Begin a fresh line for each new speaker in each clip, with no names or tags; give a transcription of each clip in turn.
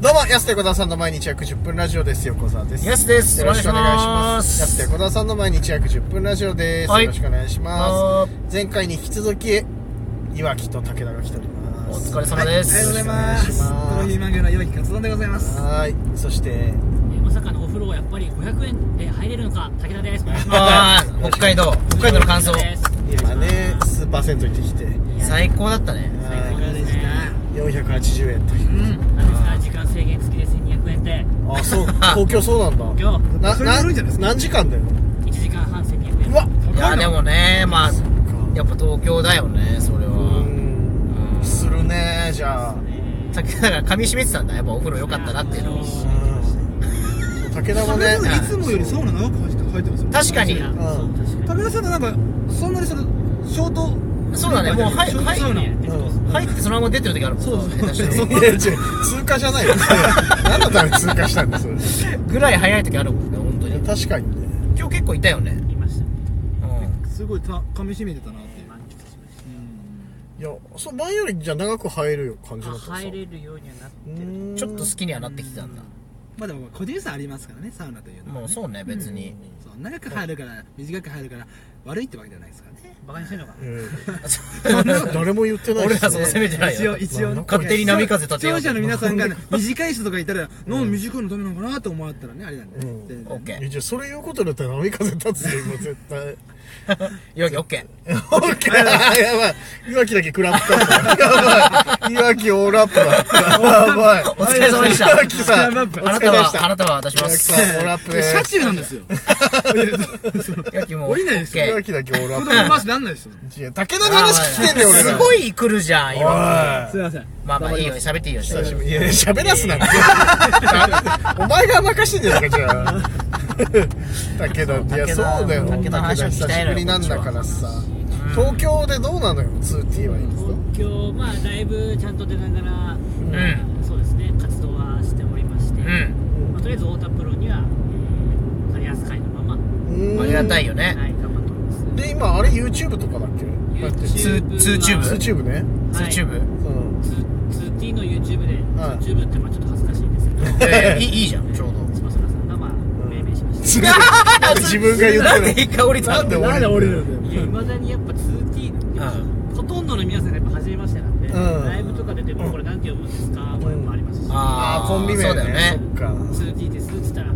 どうも、安手小田さんの毎日約10分ラジオです。横澤です。
イエスです
よろしくお願いしま
お願いします
す。安手小田さんの毎日約10分ラジオです。
はい
よろしくお願いしま
は
す。前回に引き続き、岩木と武田が来ております。
お疲れ様です
ありがとうございます。
よろしくお
コー
願い
ヒ
し
ーマン業の良い活動でございま
ます
す。
はーい。そして、
えーまさかのお風呂はやっぱり500円で入れるのか武田ですお願いします
あー北海道北海道の感想
武田です
今ね、スーパー銭湯行ってきて、
最高だったね
最高ですね
480円というう。
ん。
なんですか時間制限付きで1200円で
あ、そう、東京そうなんだ。
今日
な、
それによるんじゃないですか
何時間だよ。
1時間半1200円
うわ
いやでもねまあ
そっか
やっぱ東京だよねそれ
う
は
ーん、するねじゃあ。
武田が噛み締めてたんだやっぱお風呂良かったなっていうのを
うん武田も
武
ね
田さんいつもよりサウナ長く入って入ってますよ。
確か
い
に
やそう確か
武田さんのなんかそんなにそのショート
そうだねもうはい
ショート
は
サウナ
い
に
うん
入ってそのまま出てる時あるもん
そうそう
下 手したら
いや違う通過じゃない よ何のために通過したんだそれ
ぐらい早い時あるもんね本当に
確かにね
今日結構いたよね
いましたね
うん
すごいた噛み締めてたなっていう。
満喫しまし
いやそう前よりじゃあ長く入るよ感じ
た
だ
あ
ったさ
入れるようにはなっ
う
てる
ーん
ちょっと好きにはなってきたんだ
まあでも個人差ありますからね、サウナというのは。
もうそうね別 に
そう長く入るから短く入るから悪いってわけじゃないですからね。
バカにしてんのかな
うん
そう
誰も言ってない
俺ら
し
そ
ね
う責めてない
一
よ
応一応ね
勝手に波風立てよう
視聴者の皆さ んが短い人とかいたら、の短いのダメなのかなと思われたらねあれなん
う
でね
ん。
全然
オッケ
いや
ー
じゃあそれ言うことによって波風立つよ今絶 対
いわきオッケ
オッケーやばいいわきだけ食らった やばいいわきオールアップだやばい
ーお疲れ様でし
い わき
た
さんお
お疲れ様
あな
疲れ
た
様でした
はあなたは渡します
さんオールアップです
車中なんですよ。
いわきも
降りないですよ
オッケー
岩木だけオールア
子
ッ
供
プだ
回しなんないですよ。
いや武田の話聞きてんだよ俺ら
すごい来るじゃん
おい
今
すいません。
まあまあいいよ喋っていいよ
久しぶりいや喋らすなってお前が任してんじゃねえかじゃあだけどいや
武田
そうだよ
武田の話は聞き
久
た
し
い
ぶ
のよ
りなんだからさ東京でどうなのよ 2T は今
東京まあライブちゃんと出ながら
ん
そうですね活動はしておりまして
うん
まあとりあえず太田プロにはえー分かりやすいのまま
ありがたいよ
は
ね
い頑張っております
で今あれ YouTube とかだっけ
ツーチューブ
YouTube ね
YouTube
うん
ツー 2T の YouTube で、
はい
YouTube ってまあちょっと恥ずかしいんですけど、
えーいいいいじゃんちょうど
島空さんがまあ命名しまし
なん で自分が言
なん
っ
で
てる
一回降りた
なんで
の
俺
なんで降りるん
た。
だ
いや、未だにやっぱ 2T、やっぱほとんどの皆さんがやっぱ初めましてなんで、
うん
ライブとか出てもこれなんて読むんですか、とかやっぱありますし、
あ
あ
ー
ー
コンビ名ね
そうだよね
そっか
2T ですって言ったら、は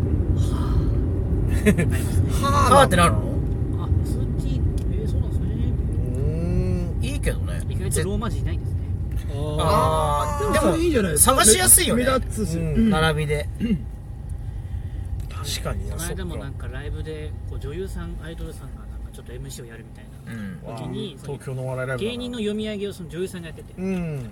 ぁ、ってなりますね。
カーってな
る
るの
あ、2T、えー、そうなんですね。
いいけどね
意外とローマ字いないんですね。
あー
でもそれいいじ
で
ゃない
も
ですか
探しやすいよね
目立つし、
うん
並びで
確かにな
この
そっ
間もな
か
んかライブで、こう女優さん、アイドルさんがなんかちょっと MC をやるみたいな。
うん
わあ
時に
東京のお笑いライブだな
芸人の読み上げをその女優さんがやってて、
うん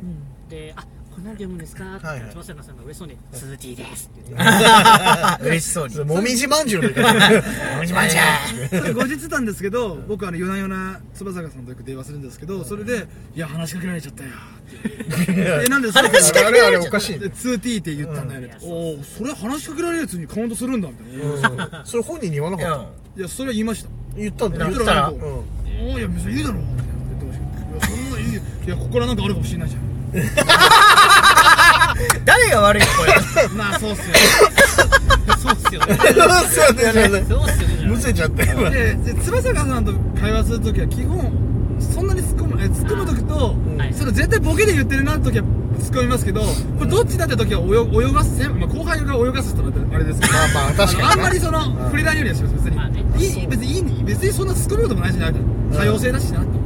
で、あ、これなんて読むんですかって言
は
っ
い
た
はい
ら、松坂さんが嬉しそうに、スーティーですって言って、
嬉しそうに
もみじまんじゅうの言い方
おじまんじゃ
それ 後日なんですけど僕あの夜な夜な翼さんとよく電話するんですけどそれで「いや話しかけられちゃったよ」ってえなんでそれ
話しか
あ
け
れあれおかしいね
で 2T って言ったんだよね、
うん
おおそれ話しかけられるやつにカウントするんだみたいな、い
うんそれ本人に言わなかった
やそれは言いました
言ったんだ
言
よ
ったら
うん
おおいや別にいいだろみたいなこと言ってましたけどいやそんなのいいよいやここからなんかあるかもしれな いじゃ
うん誰が悪い のこれ
んまあそうっ すよ
そうっすよね。
そうだよね
そうっすよねじゃな い。
むせちゃった今
でで翼さんと会話するときは基本そんなに突っ込むえ突っ込むときと、
はい
それ絶対ボケで言ってるなって時は突っ込みますけどこれどっちだって時は泳泳がせ、まあ、後輩が泳がす人なんてあれですけど
まあまあ確かにな
あのあんまりその触れないようにはします別に、
まあね
いい別にいいに別にそんな突っ込むこともないしなみたいな多様性だしなって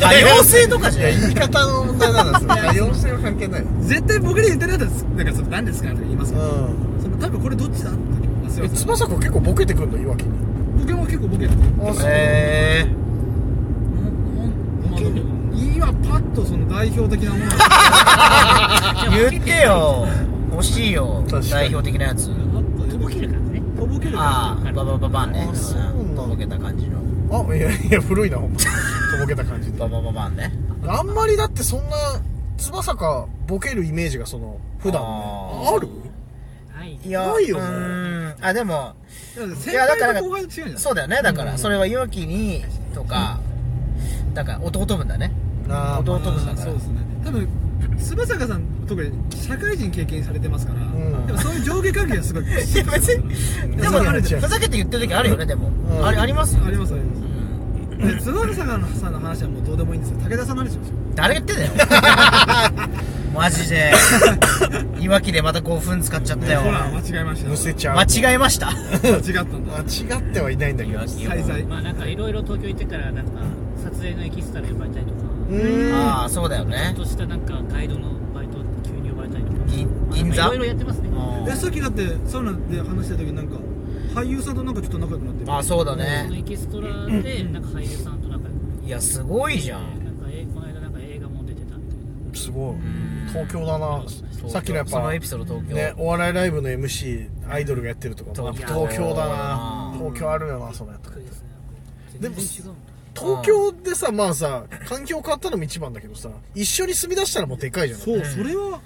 多様性とかじゃ
いや
ん
言い方の問題なんだそれ多様性は関係ない
絶対ボケで言ってるやつはなんかそれ何ですかとか言いますけど、
うん
その多分これどっちだって時はすい
え
ません
翼子結構ボケてくんのいわきに
ボケも結構ボケて
あ
へえ
今パッとその代表的なものは
言ってよ欲しいよ
確かに
代表的なやつ
とぼける感じね。
とぼける
ああババババンね
あそうなんだ
うんとぼけた感じの
あいやいや古いなほんまとぼけた感じで
ババババンね
あんまりだってそんな翼かボケるイメージがその普段ね
あー
ある
はい。
い
すごいよ
う
ね
ーんあでもい
先
やだから
輩
な
と
ん
後輩
か
と違うんじゃない
そうだよねだか
うん
らそれはいわきにとかだから弟分だね
なあ
弟分だ
あー
か
そ
ら
うですね多分翼さん特に社会人経験されてますから、
ん
でもそういう上下関係はすごい
いや別にでも
ふざけて
ふざけて言ってる時あるよねでも、
うん
あれありますよ
ありますありますで津軽坂のさんの話はもうどうでもいいんですよ武田さんの話をしよ
誰が言って んだよマジでいわきでまた興奮使っちゃった
う
よ
ほら間違えました
むせちゃう
間違えました
間違ったんだ
間違ってはいないんだけど
滞在
まあなんかいろいろ東京行ってからなんか撮影のエキストラ呼ばれたりとか
うーん
ああそうだよ
ちょっ
ね
としたなんかガイドのバイト急に呼ばれたりとか
銀
まあ
銀座
いろいろやってますね
うん
えさっきだってサウナで話した時になんか俳優さんとなんかちょっと仲良くなってる
ああそうだ
その
ね
エキストラでなんか俳優さんと仲良くなっ
いやすごいじゃ
て
ん
なんかえこの間なんか映画も出てたみたいな
すごい
ん
東京だなさっきのやっぱ
そのエピソード東京
ね、お笑いライブの MC アイドルがやってるとか
東京
東京だ
う
なん東京あるよなそれ
そうですね
でも
全然違うんだ
東京でさまあさ環境変わったのも一番だけどさ一緒に住み出したらもうでかいじゃん
そうそれは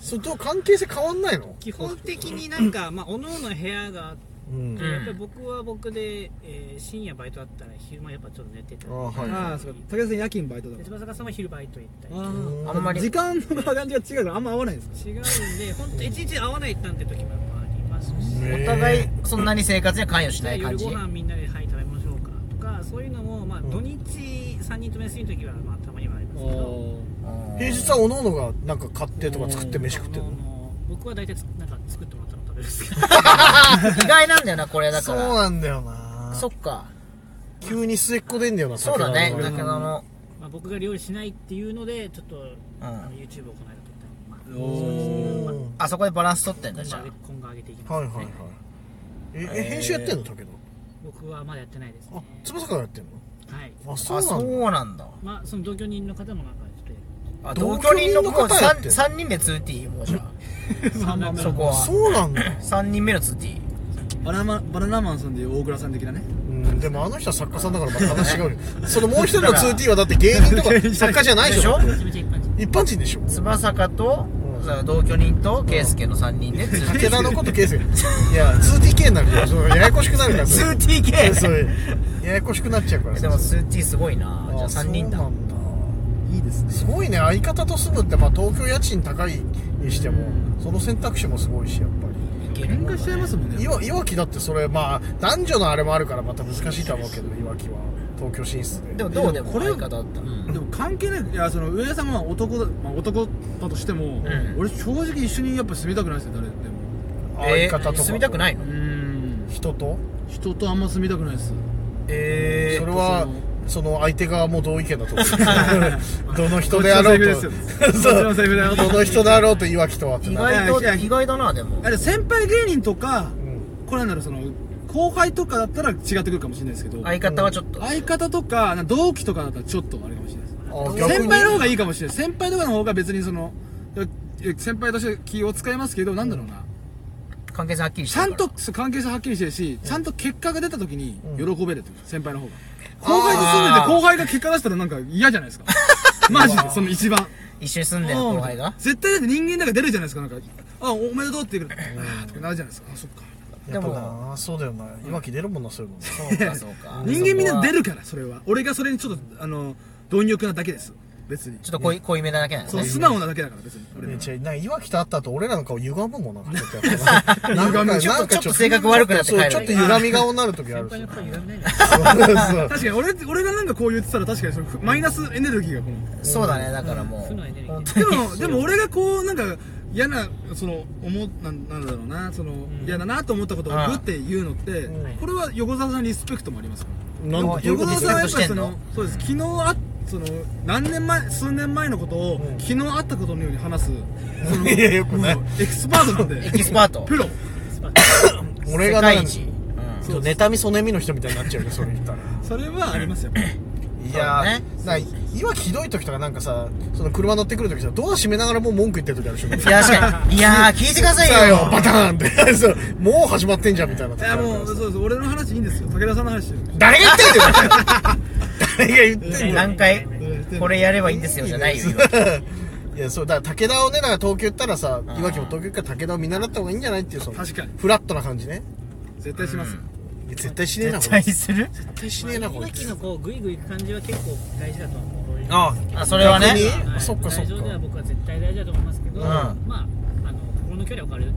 それと関係性変わんないの
基本的になんか、まあ、おのおの部屋があって、
うん
ん
やっぱり僕は僕で、えー深夜バイトだったら昼間やっぱちょっと寝てた
ああはい
ああそうか武田さん夜勤バイトだ
で
から
翼さんは昼バイト行ったり
あ
あんまり
時間の感じが違うからあんま合わないんですか
違うんで本当一日会わないなんて時もやっぱありますし、
ね
お互いそんなに生活には関与し
じ
な
ゃあ
い
夜
感じ
ご飯みんなではい食べましょうかとかそういうのも、まあ、土日3人とも休みの時は、まあ、たまにはありますけど
平日はおのおのがなんか買ってとか作って飯食ってる
あ
の
の僕は大体つなんか作ってもらったの食べるんです けど
意外なんだよなこれだ
そ
か
う
ら
なんだよな
そっか
急に末っ子出んだよな
そうだね
酒
だ
が
けども
まあ僕が料理しないっていうのでちょっと、あの YouTube をこの間撮ったり、まあ
お
おー
あそこでバランス取ってんだ
今
じゃ
後上げ
あ
今後上げていきます、
はい
ね
はいはいええ編集やってんの武
僕はまだやってないです
田あ
ね
翼からやってん
はい
のあそう
あ
なんだ
そうなんだ
まあその同居人の方もなんかちょっと や
あ
同居
同居
人
人
の
の
方
子
やって
3, 三人で 2T もうじゃあそこ
そ
は
うなんだ
3人目の 2T
バナナバナナマンさんでいう大倉さん的なね
うんでもあの人は作家さんだからまた話が違うよそのもう一人の 2T はだって芸 人とか作家じゃないでしょ
めちゃめちゃ一般人
一般人でしょ
翼坂と同居人と圭介の3人で
武田のことケースいや 2TK になるからそのややこしくなるからそれそ
2TK
れややこしくなっちゃうから
でも 2T すごいな
あ
じゃあ3人だ
そうなんだ
いいですね
すごいね相方と住むってまあ東京家賃高いにしてもその選択肢もすごいしやっぱり
いける
喧嘩しちゃいますもんね
いわいわきだってそれまあ男女のあれもあるからまた難しいとは思うけどいわきは東京進出で
でもどうでも
これ
相方だったら
でも関係ないいやその上田さんは男だ,、まあ、男だとしても、
ん
俺正直一緒にやっぱ住みたくないですよ誰でも
え
相方と
ー
か
住みたくないの
うん
人と
人とあんま住みたくないです
え
それ
ー
はその相手側も同意見だと思う どの人であろうと
こっちのセリフですよこっちのセリフだ よ
そうどの人であろうといわきとはって
意
なる
外と意外だなでも
あれ先輩芸人とか
うん
これなんだろうその後輩とかだったら違ってくるかもしれないですけど
相方はちょっと
相方とかなんか同期とかだったらちょっとあれかもしれないです
あ逆に
先輩の方がいいかもしれない先輩とかの方が別にそのいやいや先輩として気を使いますけどなんだろうな、
関係性はっきりし
ち
て
ゃ
る
ん
から
と関係性はっきりしてるし、ちゃんと結果が出た時に喜べるってこと、先輩の方が。
あー
後輩と住んでて後輩が結果出したらなんか嫌じゃな いですか。マジで、その一番。
一緒に住んでる後輩 が
絶対だって人間なんか出るじゃないですか、なんか。あ、おめでとうって言うから、あーとかなるじゃないですか。あ、そっか。
やっぱ
でも
なそうだよないわき出るもんなそういうの
そうかそうか
人間みんな出
る
るから、それは。俺がそれにちょっと、あの、貪欲なだけです。別に。
ちょっと濃い濃いめなだけなんです
そう、
ね
素直なだけだから、別に。俺
ね
は
違うないわきと会った後俺らの顔歪むもんなちょっとやっぱななんかなんか
ちょっとちょっと性格悪くなって帰る
そうちょっと歪み顔になる時あ
先
る
輩の人は
そう
言わない
そう
確かに俺って、俺がなんかこう言ってたら確かにそのマイナスエネルギーがこの。
そうだねだからもう
負のエネルギー
本当
で
に
も、でも俺がこう、なんか、嫌な、その、思う、なんなんだろうな、その、嫌だなと思ったことをグ
ああ
ッて言うのって、これは横澤さんにリスペクトもありますから。
なんかどういう
横
こと
澤さんはやっぱりそ
リ
の
ス、
そうです、昨日あ、その、何年前、数年前のことを、昨日あったことのように話す、その、
いやよくない
もうエキスパートなん
エ
で、
キスパー ト
プロ。
俺が
世
なん
界
か
一うん
そう妬み嫉みの人みたいになっちゃうよそれ言ったら
それはありますよ、やっぱり
い
そう
や
ね
ーないいわきひどい時とかなんかさその車乗ってくる時さドア閉めながらもう文句言ってる時あるでしょ
いや確かにいやー聞いてくださ
さあ
いよ
よバターンって そうもう始まってんじゃんみたいな時
い
あ
や、
るから
もう、そうです、俺の話いいんですよ。武田さんの話。
誰が言ってんだよ誰が言ってんだよ
何回これやればいいんですよじゃないよ今
いやそうだから武田をねだから東京行ったらさいわきも東京行くから武田を見習った方がいいんじゃないっていうその
確かに
フラットな感じね
絶対します。
いや絶対しねえな
絶
これ
対
絶
する
対しねえなこ
今
れ
期のこうグイグイ行く感じは結構大事だとは思う
ああそれはね
逆に
はい
そっかそっか
会場では僕は絶対大事だと思いますけど、
うん
まああの心の距離は置かれる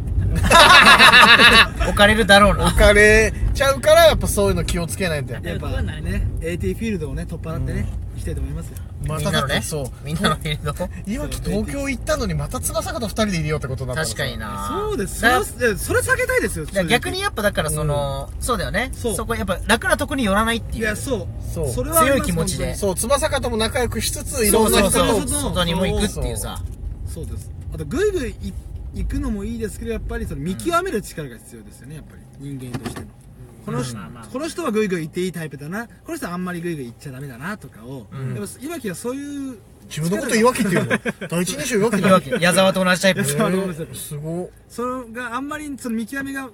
置かれるだろうな
置かれちゃうからやっぱそういうの気をつけないと
やっぱね AT フィールドをね取っ払ってね、行きたいと思いますよ
ま
みん
ただ
なの
って
ね
そう
みんなのフィールド
いわき東京行ったのにまた翼方二人でいるよってことになったらさ
確かにな
そうですそれ
だ
はそれそれ下げたいですよ
だから逆にやっぱだからその、そうだよね
そう
そこやっぱ楽なとこに寄らないって
い
いう
やそう
そう
それはあります
強い気持ちで
そう翼方も仲良くしつつい
そ
ろ
うん
な人
そうそ
と
う
そう
外にも行くっていうさ
そうですあとぐいぐいい行くのもいいですけどやっぱりその見極める力が必要ですよねやっぱり人間としてのこの,、人
まあまあ
この人はぐいぐい行っていいタイプだなこの人はあんまりぐいぐい行っちゃダメだなとかを、
ん
やっぱいわきはそういう
自分のこといわきっていうの第一印象いわき
いわき矢沢と同じタイ プ
矢沢と同じタイプ
すごっ
それがあんまりその見極めが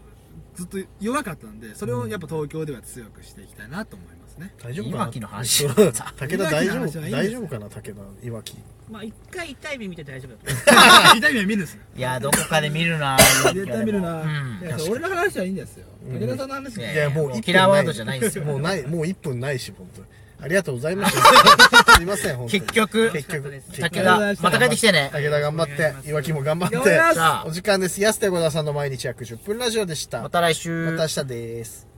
ずっと弱かったんでそれをやっぱ東京では強くしていきたいなと思いますね、
大丈夫かない
わきの
そ
話
う武田大
い
丈
わきの話はいい
夫
んです
大丈夫かな武田いわき
まあ一回痛い目見て大丈夫だと
痛みは見るんですよ
いやどこかで見るな
絶対見るな、
うん
いや俺の話はいいんですよ武田さんの話
いや
いやもう一分ない
キラーワードじゃないですよ
もう ないもう一分ないし本当にありがとうございました。すいません本当に
結局
結局
楽
結
武
しか
局
田また帰ってきてね
武田頑張っていわきも頑張って
頑張ります
さあ
お時間です安手小田さんの毎日約10分ラジオでした
ま
ま
た来週
た明日です